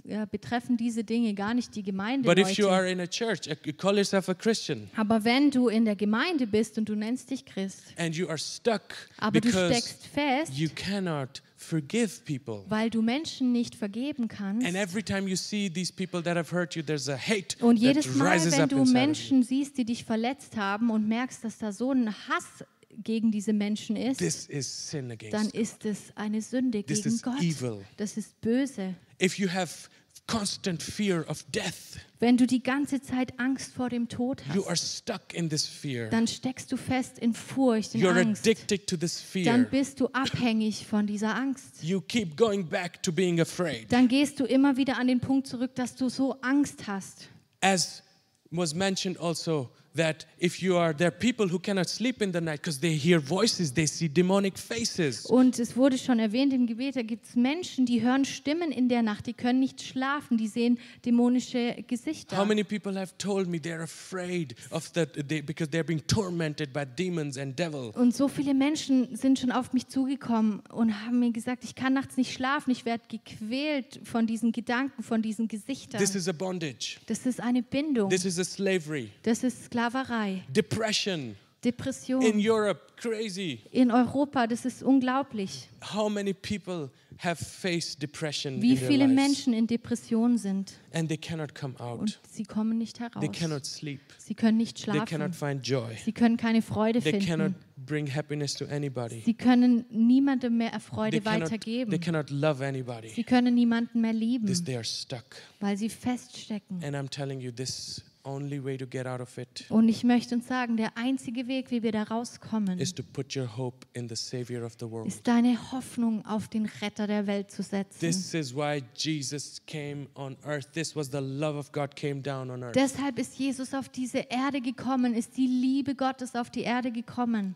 [SPEAKER 2] äh, betreffen diese Dinge gar nicht die Gemeinde.
[SPEAKER 1] But if you
[SPEAKER 2] Leute.
[SPEAKER 1] are in a church, uh, you call yourself a Christian,
[SPEAKER 2] Aber wenn du in der Gemeinde bist und du nennst dich Christ,
[SPEAKER 1] and you are stuck
[SPEAKER 2] aber du
[SPEAKER 1] because
[SPEAKER 2] steckst fest,
[SPEAKER 1] you cannot forgive people.
[SPEAKER 2] weil du Menschen nicht vergeben kannst.
[SPEAKER 1] And every time you see these people that have hurt you, there's a hate
[SPEAKER 2] Und
[SPEAKER 1] that
[SPEAKER 2] jedes Mal,
[SPEAKER 1] rises
[SPEAKER 2] wenn
[SPEAKER 1] up
[SPEAKER 2] du
[SPEAKER 1] inside of you.
[SPEAKER 2] Menschen siehst, die dich verletzt haben und merkst, dass da so ein Hass gegen diese Menschen ist,
[SPEAKER 1] This is sin
[SPEAKER 2] dann
[SPEAKER 1] against. God.
[SPEAKER 2] ist es eine Sünde
[SPEAKER 1] This
[SPEAKER 2] gegen
[SPEAKER 1] is
[SPEAKER 2] Gott.
[SPEAKER 1] evil.
[SPEAKER 2] Das ist böse.
[SPEAKER 1] If you have constant fear of death,
[SPEAKER 2] Wenn du die ganze Zeit Angst vor dem Tod
[SPEAKER 1] you are
[SPEAKER 2] hast,
[SPEAKER 1] stuck in this fear.
[SPEAKER 2] dann steckst du fest in Furcht, in
[SPEAKER 1] You're
[SPEAKER 2] Angst.
[SPEAKER 1] addicted to this
[SPEAKER 2] Dann
[SPEAKER 1] fear.
[SPEAKER 2] bist du abhängig von dieser Angst.
[SPEAKER 1] You keep going back to being afraid.
[SPEAKER 2] Dann gehst du immer wieder an den Punkt zurück, dass du so Angst hast.
[SPEAKER 1] as was mentioned also that if you are there are people who cannot sleep in the night because they hear voices they see demonic faces
[SPEAKER 2] Und es wurde schon erwähnt im Gebet, da gibt es Menschen, die hören Stimmen in der Nacht, die können nicht schlafen, die sehen dämonische
[SPEAKER 1] how
[SPEAKER 2] Gesichter.
[SPEAKER 1] many people have told me they're afraid of that they, because they're being tormented by demons and devil
[SPEAKER 2] Und so viele Menschen sind schon auf mich zugekommen und haben mir gesagt, ich kann nachts nicht schlafen, ich werde gequält von diesen Gedanken, von diesen Gesichtern.
[SPEAKER 1] this is a bondage
[SPEAKER 2] Das ist eine Bindung,
[SPEAKER 1] this is a slavery
[SPEAKER 2] das ist Sklaverei,
[SPEAKER 1] depression in
[SPEAKER 2] Depression
[SPEAKER 1] europe crazy
[SPEAKER 2] in Europa, das ist unglaublich,
[SPEAKER 1] how many people have faced depression
[SPEAKER 2] wie
[SPEAKER 1] in their
[SPEAKER 2] viele
[SPEAKER 1] lives
[SPEAKER 2] Menschen in Depressionen sind
[SPEAKER 1] and they cannot come out
[SPEAKER 2] und sie kommen nicht
[SPEAKER 1] they
[SPEAKER 2] heraus.
[SPEAKER 1] cannot sleep
[SPEAKER 2] Sie können nicht
[SPEAKER 1] they cannot
[SPEAKER 2] schlafen,
[SPEAKER 1] find joy
[SPEAKER 2] sie können keine Freude
[SPEAKER 1] they cannot
[SPEAKER 2] finden.
[SPEAKER 1] bring happiness to anybody
[SPEAKER 2] Sie können niemandem mehr
[SPEAKER 1] they
[SPEAKER 2] Freude
[SPEAKER 1] cannot, they
[SPEAKER 2] weitergeben.
[SPEAKER 1] cannot love anybody.
[SPEAKER 2] Sie können niemanden mehr
[SPEAKER 1] This,
[SPEAKER 2] lieben,
[SPEAKER 1] they are stuck.
[SPEAKER 2] weil sie feststecken.
[SPEAKER 1] And I'm telling you, this only way to get out of it
[SPEAKER 2] Und ich möchte uns sagen, der einzige Weg, wie wir da rauskommen,
[SPEAKER 1] is to put your hope in the Savior of the world.
[SPEAKER 2] ist deine Hoffnung auf den Retter der Welt zu setzen.
[SPEAKER 1] This is why Jesus came on earth. This was the love of God came down on earth.
[SPEAKER 2] Deshalb ist Jesus auf diese Erde gekommen, ist die Liebe Gottes auf die Erde gekommen,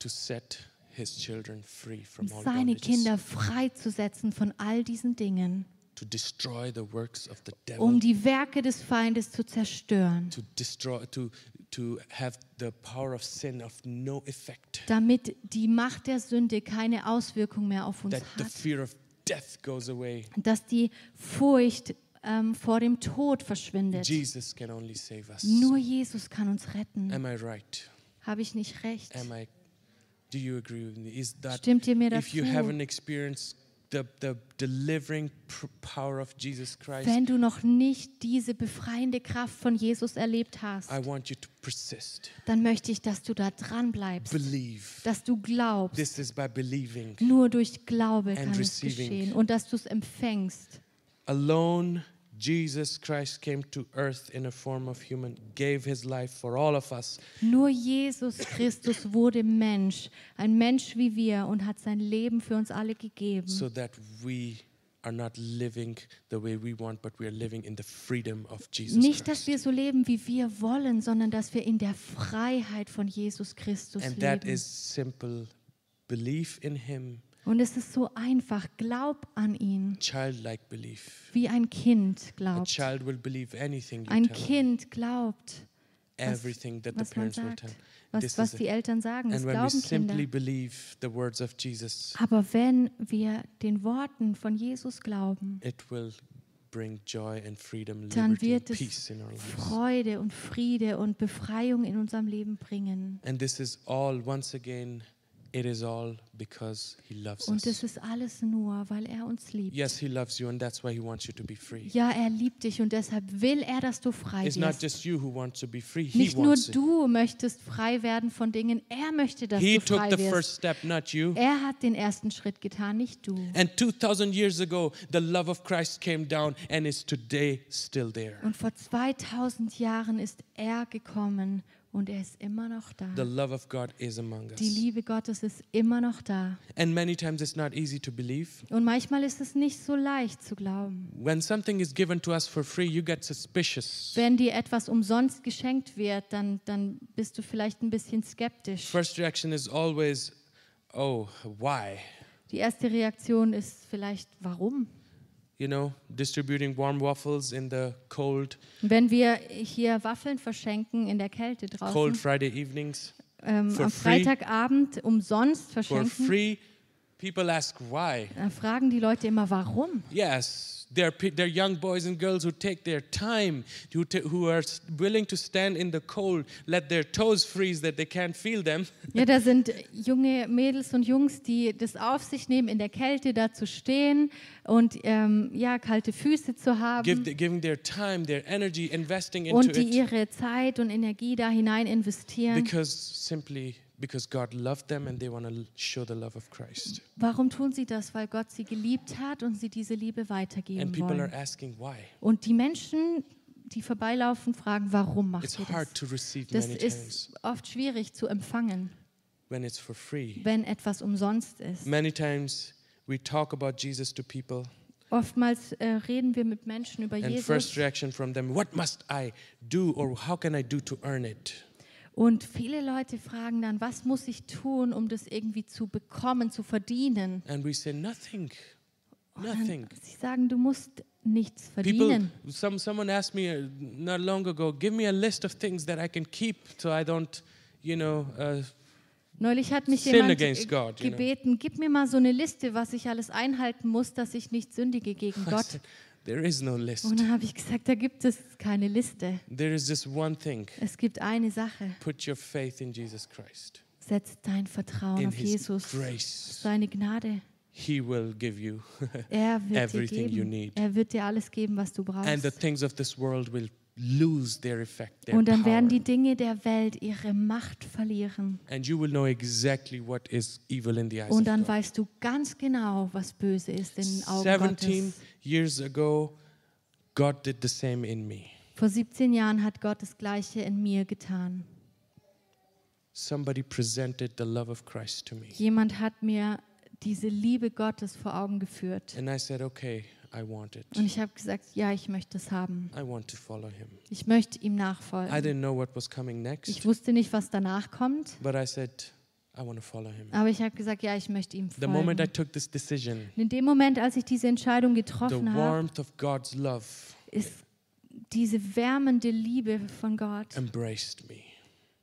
[SPEAKER 1] To set his children free
[SPEAKER 2] um
[SPEAKER 1] from all
[SPEAKER 2] seine
[SPEAKER 1] bondages.
[SPEAKER 2] Kinder freizusetzen von all diesen Dingen,
[SPEAKER 1] to destroy the works of the devil,
[SPEAKER 2] um die Werke des Feindes zu zerstören,
[SPEAKER 1] to destroy, to to have the power of sin of no effect,
[SPEAKER 2] damit die Macht der Sünde keine Auswirkung mehr auf uns
[SPEAKER 1] that the
[SPEAKER 2] hat,
[SPEAKER 1] fear of death goes away.
[SPEAKER 2] dass die Furcht ähm, vor dem Tod verschwindet.
[SPEAKER 1] Jesus can only save us.
[SPEAKER 2] Nur Jesus kann uns retten.
[SPEAKER 1] Am I right?
[SPEAKER 2] Habe ich nicht recht?
[SPEAKER 1] Am I? Do you agree with me? Is that
[SPEAKER 2] Stimmt ihr mir
[SPEAKER 1] if you
[SPEAKER 2] dazu?
[SPEAKER 1] haven't experienced the, the delivering pr- power of Jesus Christ,
[SPEAKER 2] Wenn du noch nicht diese befreiende Kraft von Jesus erlebt hast,
[SPEAKER 1] I want you to persist.
[SPEAKER 2] dann möchte ich, dass du da dran bleibst,
[SPEAKER 1] Believe.
[SPEAKER 2] dass du glaubst.
[SPEAKER 1] This is by believing.
[SPEAKER 2] Nur durch Glaube kann es
[SPEAKER 1] receiving.
[SPEAKER 2] geschehen und dass du es empfängst.
[SPEAKER 1] Alone, Jesus Christ came to earth in a form of human, gave his life for all of us.
[SPEAKER 2] Nur Jesus Christus wurde Mensch, ein Mensch wie wir und hat sein Leben für uns alle gegeben,
[SPEAKER 1] so that we are not living the way we want, but we are living in the freedom of Jesus
[SPEAKER 2] Nicht, dass
[SPEAKER 1] Christ.
[SPEAKER 2] wir so leben, wie wir wollen, sondern dass wir in der Freiheit von Jesus Christus
[SPEAKER 1] And that
[SPEAKER 2] leben.
[SPEAKER 1] is simple belief in Him,
[SPEAKER 2] Und es ist so einfach. Glaub an ihn,
[SPEAKER 1] childlike belief.
[SPEAKER 2] wie ein Kind
[SPEAKER 1] A
[SPEAKER 2] glaubt.
[SPEAKER 1] child will believe anything you
[SPEAKER 2] Ein
[SPEAKER 1] tell them,
[SPEAKER 2] Kind glaubt,
[SPEAKER 1] everything that the
[SPEAKER 2] was man
[SPEAKER 1] parents will
[SPEAKER 2] sagt,
[SPEAKER 1] tell.
[SPEAKER 2] was,
[SPEAKER 1] This
[SPEAKER 2] was
[SPEAKER 1] is
[SPEAKER 2] die
[SPEAKER 1] it.
[SPEAKER 2] Eltern sagen. Das
[SPEAKER 1] And when we
[SPEAKER 2] glauben Kinder.
[SPEAKER 1] simply believe the words of Jesus,
[SPEAKER 2] Aber wenn wir den Worten von Jesus glauben,
[SPEAKER 1] it will bring joy and freedom, liberty
[SPEAKER 2] Dann
[SPEAKER 1] and
[SPEAKER 2] wird es
[SPEAKER 1] peace in our lives.
[SPEAKER 2] Freude und Friede und Befreiung in unserem Leben bringen.
[SPEAKER 1] And this is all, once again, it is all because He loves
[SPEAKER 2] Und
[SPEAKER 1] us.
[SPEAKER 2] das ist alles nur, weil er uns liebt.
[SPEAKER 1] Yes, he loves you, and that's why he wants you to be free.
[SPEAKER 2] Ja, er liebt dich und deshalb will er, dass du frei
[SPEAKER 1] It's not
[SPEAKER 2] wirst.
[SPEAKER 1] just you who want to be free, he
[SPEAKER 2] Nicht nur
[SPEAKER 1] wants it.
[SPEAKER 2] du möchtest frei werden von Dingen, er möchte, dass
[SPEAKER 1] He
[SPEAKER 2] du
[SPEAKER 1] took
[SPEAKER 2] frei
[SPEAKER 1] the
[SPEAKER 2] wirst.
[SPEAKER 1] first step, not you.
[SPEAKER 2] Er hat den ersten Schritt getan, nicht du.
[SPEAKER 1] And 2,000 years ago, the love of Christ came down and is today still there.
[SPEAKER 2] Und vor 2000 Jahren ist er gekommen und er ist immer noch da.
[SPEAKER 1] The love of God is among
[SPEAKER 2] Die
[SPEAKER 1] us.
[SPEAKER 2] Liebe Gottes ist immer noch da.
[SPEAKER 1] And many times it's not easy to believe.
[SPEAKER 2] Und manchmal ist es nicht so leicht zu glauben.
[SPEAKER 1] When something is given to us for free, you get suspicious.
[SPEAKER 2] Wenn dir etwas umsonst geschenkt wird, dann, dann bist du vielleicht ein bisschen skeptisch.
[SPEAKER 1] First reaction is always, oh, why?
[SPEAKER 2] Die erste Reaktion ist vielleicht, warum?
[SPEAKER 1] You know, distributing warm waffles in the cold,
[SPEAKER 2] Wenn wir hier Waffeln verschenken in der Kälte
[SPEAKER 1] cold
[SPEAKER 2] draußen,
[SPEAKER 1] Friday evenings.
[SPEAKER 2] ähm,
[SPEAKER 1] for
[SPEAKER 2] am
[SPEAKER 1] free.
[SPEAKER 2] Freitagabend umsonst
[SPEAKER 1] for
[SPEAKER 2] verschenken,
[SPEAKER 1] free. People ask why.
[SPEAKER 2] dann fragen die Leute immer, warum?
[SPEAKER 1] Yes, they're, pe- they're young boys and girls who take their time, who, ta- who are s- willing to stand in the cold, let their toes freeze that they can't feel them,
[SPEAKER 2] Ja, da sind junge Mädels und Jungs, die das auf sich nehmen, in der Kälte da zu stehen und ähm, ja, kalte Füße zu
[SPEAKER 1] give
[SPEAKER 2] haben
[SPEAKER 1] the, giving their time, their energy, investing into
[SPEAKER 2] und die
[SPEAKER 1] it
[SPEAKER 2] ihre Zeit und Energie da hinein investieren.
[SPEAKER 1] because simply because God loved them and they want to show the love of Christ.
[SPEAKER 2] Warum tun sie das? Weil Gott sie geliebt hat und sie diese Liebe
[SPEAKER 1] And
[SPEAKER 2] weitergeben
[SPEAKER 1] people
[SPEAKER 2] wollen.
[SPEAKER 1] are asking why.
[SPEAKER 2] Und die Menschen, die vorbeilaufen, fragen, warum
[SPEAKER 1] It's
[SPEAKER 2] macht ihr
[SPEAKER 1] hard
[SPEAKER 2] das?
[SPEAKER 1] to receive
[SPEAKER 2] Das
[SPEAKER 1] many
[SPEAKER 2] ist
[SPEAKER 1] times
[SPEAKER 2] oft schwierig zu empfangen,
[SPEAKER 1] when it's for free.
[SPEAKER 2] wenn etwas umsonst ist.
[SPEAKER 1] Many times we talk about Jesus to people
[SPEAKER 2] Oftmals äh, reden wir mit Menschen über
[SPEAKER 1] And first
[SPEAKER 2] Jesus
[SPEAKER 1] reaction from them, what must I do or how can I do to earn it?
[SPEAKER 2] und viele Leute fragen dann, was muss ich tun, um das irgendwie zu bekommen, zu verdienen?
[SPEAKER 1] And we say nothing.
[SPEAKER 2] Und dann,
[SPEAKER 1] Nothing.
[SPEAKER 2] sie sagen, du musst nichts
[SPEAKER 1] People
[SPEAKER 2] verdienen.
[SPEAKER 1] some someone asked me uh, not long ago, give me a list of things that I can keep so I don't, you know, uh,
[SPEAKER 2] Neulich hat mich
[SPEAKER 1] Sin
[SPEAKER 2] jemand äh,
[SPEAKER 1] against God, you know.
[SPEAKER 2] gebeten, gib mir mal so eine Liste, was ich alles einhalten muss, dass ich nicht sündige gegen
[SPEAKER 1] I
[SPEAKER 2] Gott.
[SPEAKER 1] said, there is no list.
[SPEAKER 2] Und dann habe ich gesagt, da gibt es keine Liste.
[SPEAKER 1] There is just one thing.
[SPEAKER 2] Es gibt eine Sache.
[SPEAKER 1] Put your faith in Jesus Christ.
[SPEAKER 2] Setz dein Vertrauen
[SPEAKER 1] In
[SPEAKER 2] auf
[SPEAKER 1] his
[SPEAKER 2] Jesus,
[SPEAKER 1] grace.
[SPEAKER 2] seine Gnade.
[SPEAKER 1] He will give you.
[SPEAKER 2] Er wird dir
[SPEAKER 1] Everything you
[SPEAKER 2] geben.
[SPEAKER 1] need.
[SPEAKER 2] Er wird dir alles geben, was du
[SPEAKER 1] and the
[SPEAKER 2] brauchst.
[SPEAKER 1] things of this world will lose their effect, their
[SPEAKER 2] Und dann
[SPEAKER 1] power.
[SPEAKER 2] werden die Dinge der Welt ihre Macht verlieren.
[SPEAKER 1] and you will know exactly what is evil in the eyes
[SPEAKER 2] Und
[SPEAKER 1] of
[SPEAKER 2] dann
[SPEAKER 1] God.
[SPEAKER 2] weißt du ganz genau, was böse ist in den Augen
[SPEAKER 1] 17
[SPEAKER 2] Gottes.
[SPEAKER 1] years ago, God did the same in me.
[SPEAKER 2] Vor 17 Jahren hat Gott das Gleiche in mir getan.
[SPEAKER 1] Somebody presented the love of Christ to me.
[SPEAKER 2] Jemand hat mir diese Liebe Gottes vor Augen geführt.
[SPEAKER 1] And I said, okay, I want it.
[SPEAKER 2] Und ich habe gesagt, ja, ich möchte es haben.
[SPEAKER 1] I want to follow him.
[SPEAKER 2] Ich möchte ihm
[SPEAKER 1] I
[SPEAKER 2] nachfolgen.
[SPEAKER 1] didn't know what was coming
[SPEAKER 2] Ich
[SPEAKER 1] next,
[SPEAKER 2] wusste nicht, was danach kommt,
[SPEAKER 1] but I said, I want to follow him.
[SPEAKER 2] Aber ich habe gesagt, ja, ich möchte ihm
[SPEAKER 1] The moment I
[SPEAKER 2] folgen.
[SPEAKER 1] took this decision,
[SPEAKER 2] In dem Moment, als ich diese Entscheidung
[SPEAKER 1] the
[SPEAKER 2] getroffen habe,
[SPEAKER 1] warmth of God's love
[SPEAKER 2] ist diese wärmende Liebe von Gott in
[SPEAKER 1] embraced me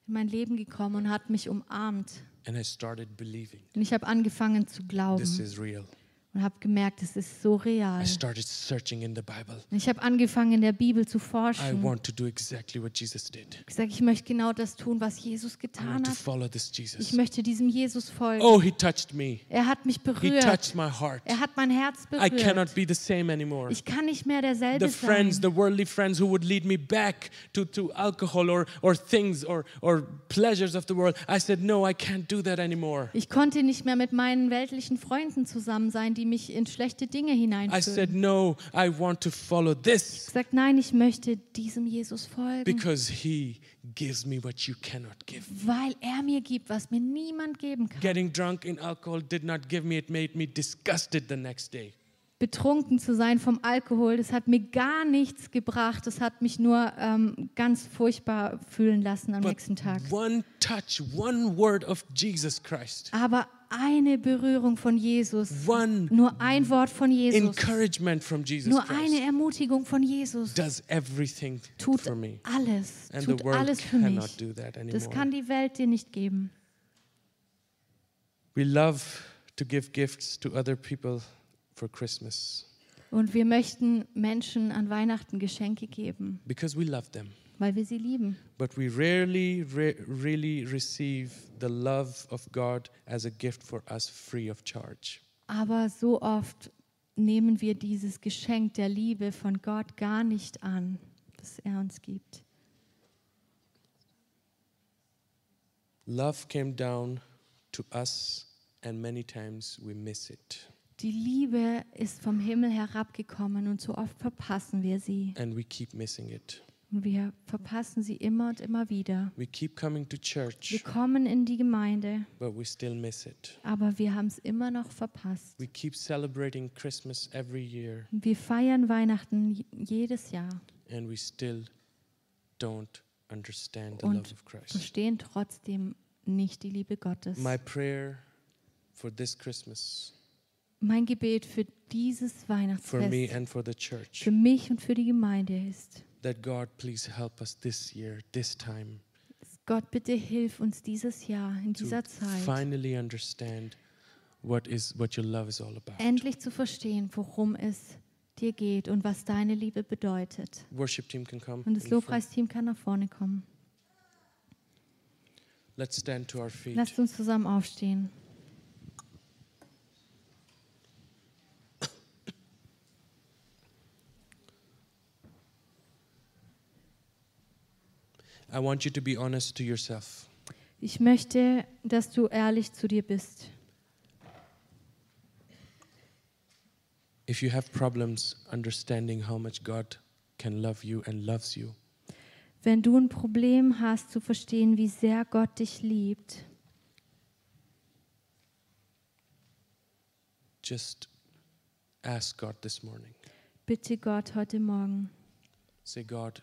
[SPEAKER 2] mein Leben gekommen und hat mich umarmt.
[SPEAKER 1] and I started believing
[SPEAKER 2] Und ich habe angefangen zu
[SPEAKER 1] this
[SPEAKER 2] glauben
[SPEAKER 1] is real.
[SPEAKER 2] und habe gemerkt, es ist so real.
[SPEAKER 1] Um, I started searching in the Bible.
[SPEAKER 2] Und Ich habe angefangen, in der Bibel zu
[SPEAKER 1] I
[SPEAKER 2] forschen. Ich
[SPEAKER 1] want to do exactly what Jesus did.
[SPEAKER 2] habe gesagt, ich möchte genau das tun, was
[SPEAKER 1] I
[SPEAKER 2] Jesus
[SPEAKER 1] want
[SPEAKER 2] getan
[SPEAKER 1] to
[SPEAKER 2] hat.
[SPEAKER 1] follow this
[SPEAKER 2] Ich
[SPEAKER 1] Jesus.
[SPEAKER 2] möchte diesem Jesus folgen.
[SPEAKER 1] Oh, he touched me.
[SPEAKER 2] Er hat mich
[SPEAKER 1] He
[SPEAKER 2] berührt.
[SPEAKER 1] touched my heart.
[SPEAKER 2] Er hat mein Herz
[SPEAKER 1] I cannot
[SPEAKER 2] berührt.
[SPEAKER 1] be the same anymore.
[SPEAKER 2] Ich kann nicht mehr derselbe
[SPEAKER 1] The friends,
[SPEAKER 2] sein.
[SPEAKER 1] the worldly friends who would lead me back to, to alcohol or, or things or, or pleasures of the world. I said, no, I can't do that anymore.
[SPEAKER 2] Ich konnte nicht mehr mit meinen weltlichen Freunden zusammen sein, die mich in schlechte Dinge
[SPEAKER 1] I
[SPEAKER 2] hineinführen.
[SPEAKER 1] said, no, I want to follow this
[SPEAKER 2] Ich gesagt, nein, ich möchte diesem Jesus folgen,
[SPEAKER 1] because he gives me what you cannot give.
[SPEAKER 2] weil er mir gibt, was mir niemand geben kann.
[SPEAKER 1] Getting drunk in alcohol did not give me, it made me disgusted the next day.
[SPEAKER 2] Betrunken zu sein vom Alkohol, das hat mir gar nichts gebracht. Das hat mich nur ähm, ganz furchtbar fühlen lassen am
[SPEAKER 1] But
[SPEAKER 2] nächsten Tag.
[SPEAKER 1] one touch, one word of Jesus Christ,
[SPEAKER 2] Aber eine Berührung von Jesus,
[SPEAKER 1] one
[SPEAKER 2] nur ein Wort von Jesus,
[SPEAKER 1] encouragement from Jesus
[SPEAKER 2] nur eine
[SPEAKER 1] Christ
[SPEAKER 2] Ermutigung von Jesus
[SPEAKER 1] does everything
[SPEAKER 2] tut
[SPEAKER 1] for me.
[SPEAKER 2] alles,
[SPEAKER 1] And the
[SPEAKER 2] tut
[SPEAKER 1] world
[SPEAKER 2] alles für
[SPEAKER 1] cannot
[SPEAKER 2] mich.
[SPEAKER 1] do that
[SPEAKER 2] Das
[SPEAKER 1] anymore.
[SPEAKER 2] kann die Welt dir nicht geben.
[SPEAKER 1] We love to give gifts to other people for Christmas
[SPEAKER 2] Und wir möchten Menschen an Weihnachten Geschenke geben,
[SPEAKER 1] because we love them.
[SPEAKER 2] weil wir sie lieben.
[SPEAKER 1] But we rarely re- really receive the love of God as a gift for us free of charge.
[SPEAKER 2] Aber so oft nehmen wir dieses Geschenk der Liebe von Gott gar nicht an, das er uns gibt.
[SPEAKER 1] Love came down to us, and many times we miss it.
[SPEAKER 2] Die Liebe ist vom Himmel herabgekommen und so oft verpassen wir sie.
[SPEAKER 1] And we keep missing it.
[SPEAKER 2] Und wir verpassen sie immer und immer wieder.
[SPEAKER 1] We keep coming to
[SPEAKER 2] Wir
[SPEAKER 1] church,
[SPEAKER 2] kommen in die Gemeinde,
[SPEAKER 1] but we still miss it.
[SPEAKER 2] aber wir haben es immer noch verpasst.
[SPEAKER 1] We keep celebrating Christmas every year,
[SPEAKER 2] Wir feiern Weihnachten j- jedes Jahr
[SPEAKER 1] and we still don't understand the
[SPEAKER 2] Und
[SPEAKER 1] love of Christ.
[SPEAKER 2] verstehen trotzdem nicht die Liebe Gottes.
[SPEAKER 1] My prayer for this Christmas,
[SPEAKER 2] Mein Gebet für dieses
[SPEAKER 1] for me
[SPEAKER 2] Weihnachtsfest,
[SPEAKER 1] and for the church,
[SPEAKER 2] für mich und für die Gemeinde ist,
[SPEAKER 1] that God, please help us this year, this time,
[SPEAKER 2] Gott, bitte hilf uns dieses Jahr, in
[SPEAKER 1] to
[SPEAKER 2] dieser Zeit,
[SPEAKER 1] finally understand what is what your love is all about.
[SPEAKER 2] endlich zu verstehen, worum es dir geht und was deine Liebe bedeutet.
[SPEAKER 1] Worship team can come.
[SPEAKER 2] Und das
[SPEAKER 1] in front.
[SPEAKER 2] Lobpreisteam kann nach vorne kommen.
[SPEAKER 1] Let's stand to our feet.
[SPEAKER 2] Lasst uns zusammen aufstehen.
[SPEAKER 1] I want you to be honest to yourself.
[SPEAKER 2] Ich möchte, dass du ehrlich zu dir bist.
[SPEAKER 1] If you have problems understanding how much God can love you and loves you,
[SPEAKER 2] Wenn du ein Problem hast zu verstehen, wie sehr Gott dich liebt,
[SPEAKER 1] just ask God this morning.
[SPEAKER 2] bitte Gott heute Morgen,
[SPEAKER 1] Say, God,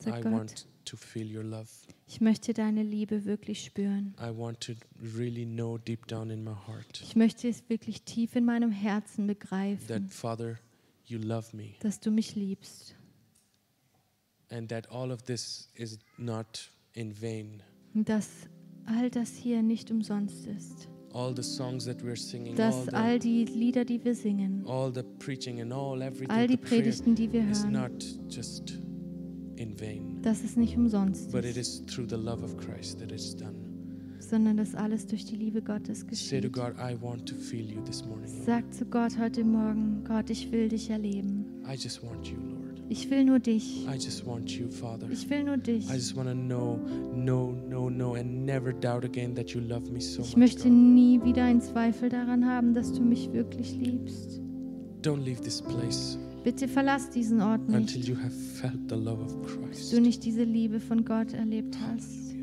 [SPEAKER 1] I
[SPEAKER 2] sag Gott,
[SPEAKER 1] want to feel your love.
[SPEAKER 2] ich möchte deine Liebe wirklich spüren.
[SPEAKER 1] I want to really know deep down in my heart
[SPEAKER 2] Ich möchte es wirklich tief in meinem Herzen
[SPEAKER 1] that,
[SPEAKER 2] begreifen,
[SPEAKER 1] Father, you love me
[SPEAKER 2] dass du mich liebst
[SPEAKER 1] and that all of this is not in vain.
[SPEAKER 2] und dass all das hier nicht umsonst ist,
[SPEAKER 1] All the songs that we're singing, all
[SPEAKER 2] dass
[SPEAKER 1] the,
[SPEAKER 2] all die Lieder, die wir singen,
[SPEAKER 1] all the preaching and all everything,
[SPEAKER 2] all die
[SPEAKER 1] the prayer
[SPEAKER 2] Predigten, die wir
[SPEAKER 1] is
[SPEAKER 2] hören,
[SPEAKER 1] not just in vain.
[SPEAKER 2] dass es nicht umsonst
[SPEAKER 1] But it
[SPEAKER 2] ist,
[SPEAKER 1] is through the love of Christ that it's done.
[SPEAKER 2] sondern dass alles durch die Liebe Gottes
[SPEAKER 1] Say to
[SPEAKER 2] geschieht.
[SPEAKER 1] God, I want to feel you this morning.
[SPEAKER 2] Sag zu Gott heute Morgen, Gott, ich will dich erleben.
[SPEAKER 1] I just want you, Lord.
[SPEAKER 2] Ich will nur dich.
[SPEAKER 1] I just want you, Father.
[SPEAKER 2] Ich will nur dich.
[SPEAKER 1] I just want to know, no, no, no, and never doubt again that you love me so
[SPEAKER 2] Ich
[SPEAKER 1] much.
[SPEAKER 2] möchte
[SPEAKER 1] God.
[SPEAKER 2] nie wieder einen Zweifel daran haben, dass du mich wirklich liebst.
[SPEAKER 1] Don't leave this place
[SPEAKER 2] Bitte verlass diesen Ort nicht.
[SPEAKER 1] until you have felt the love of
[SPEAKER 2] dass
[SPEAKER 1] Christ.
[SPEAKER 2] du nicht diese Liebe von Gott erlebt hast.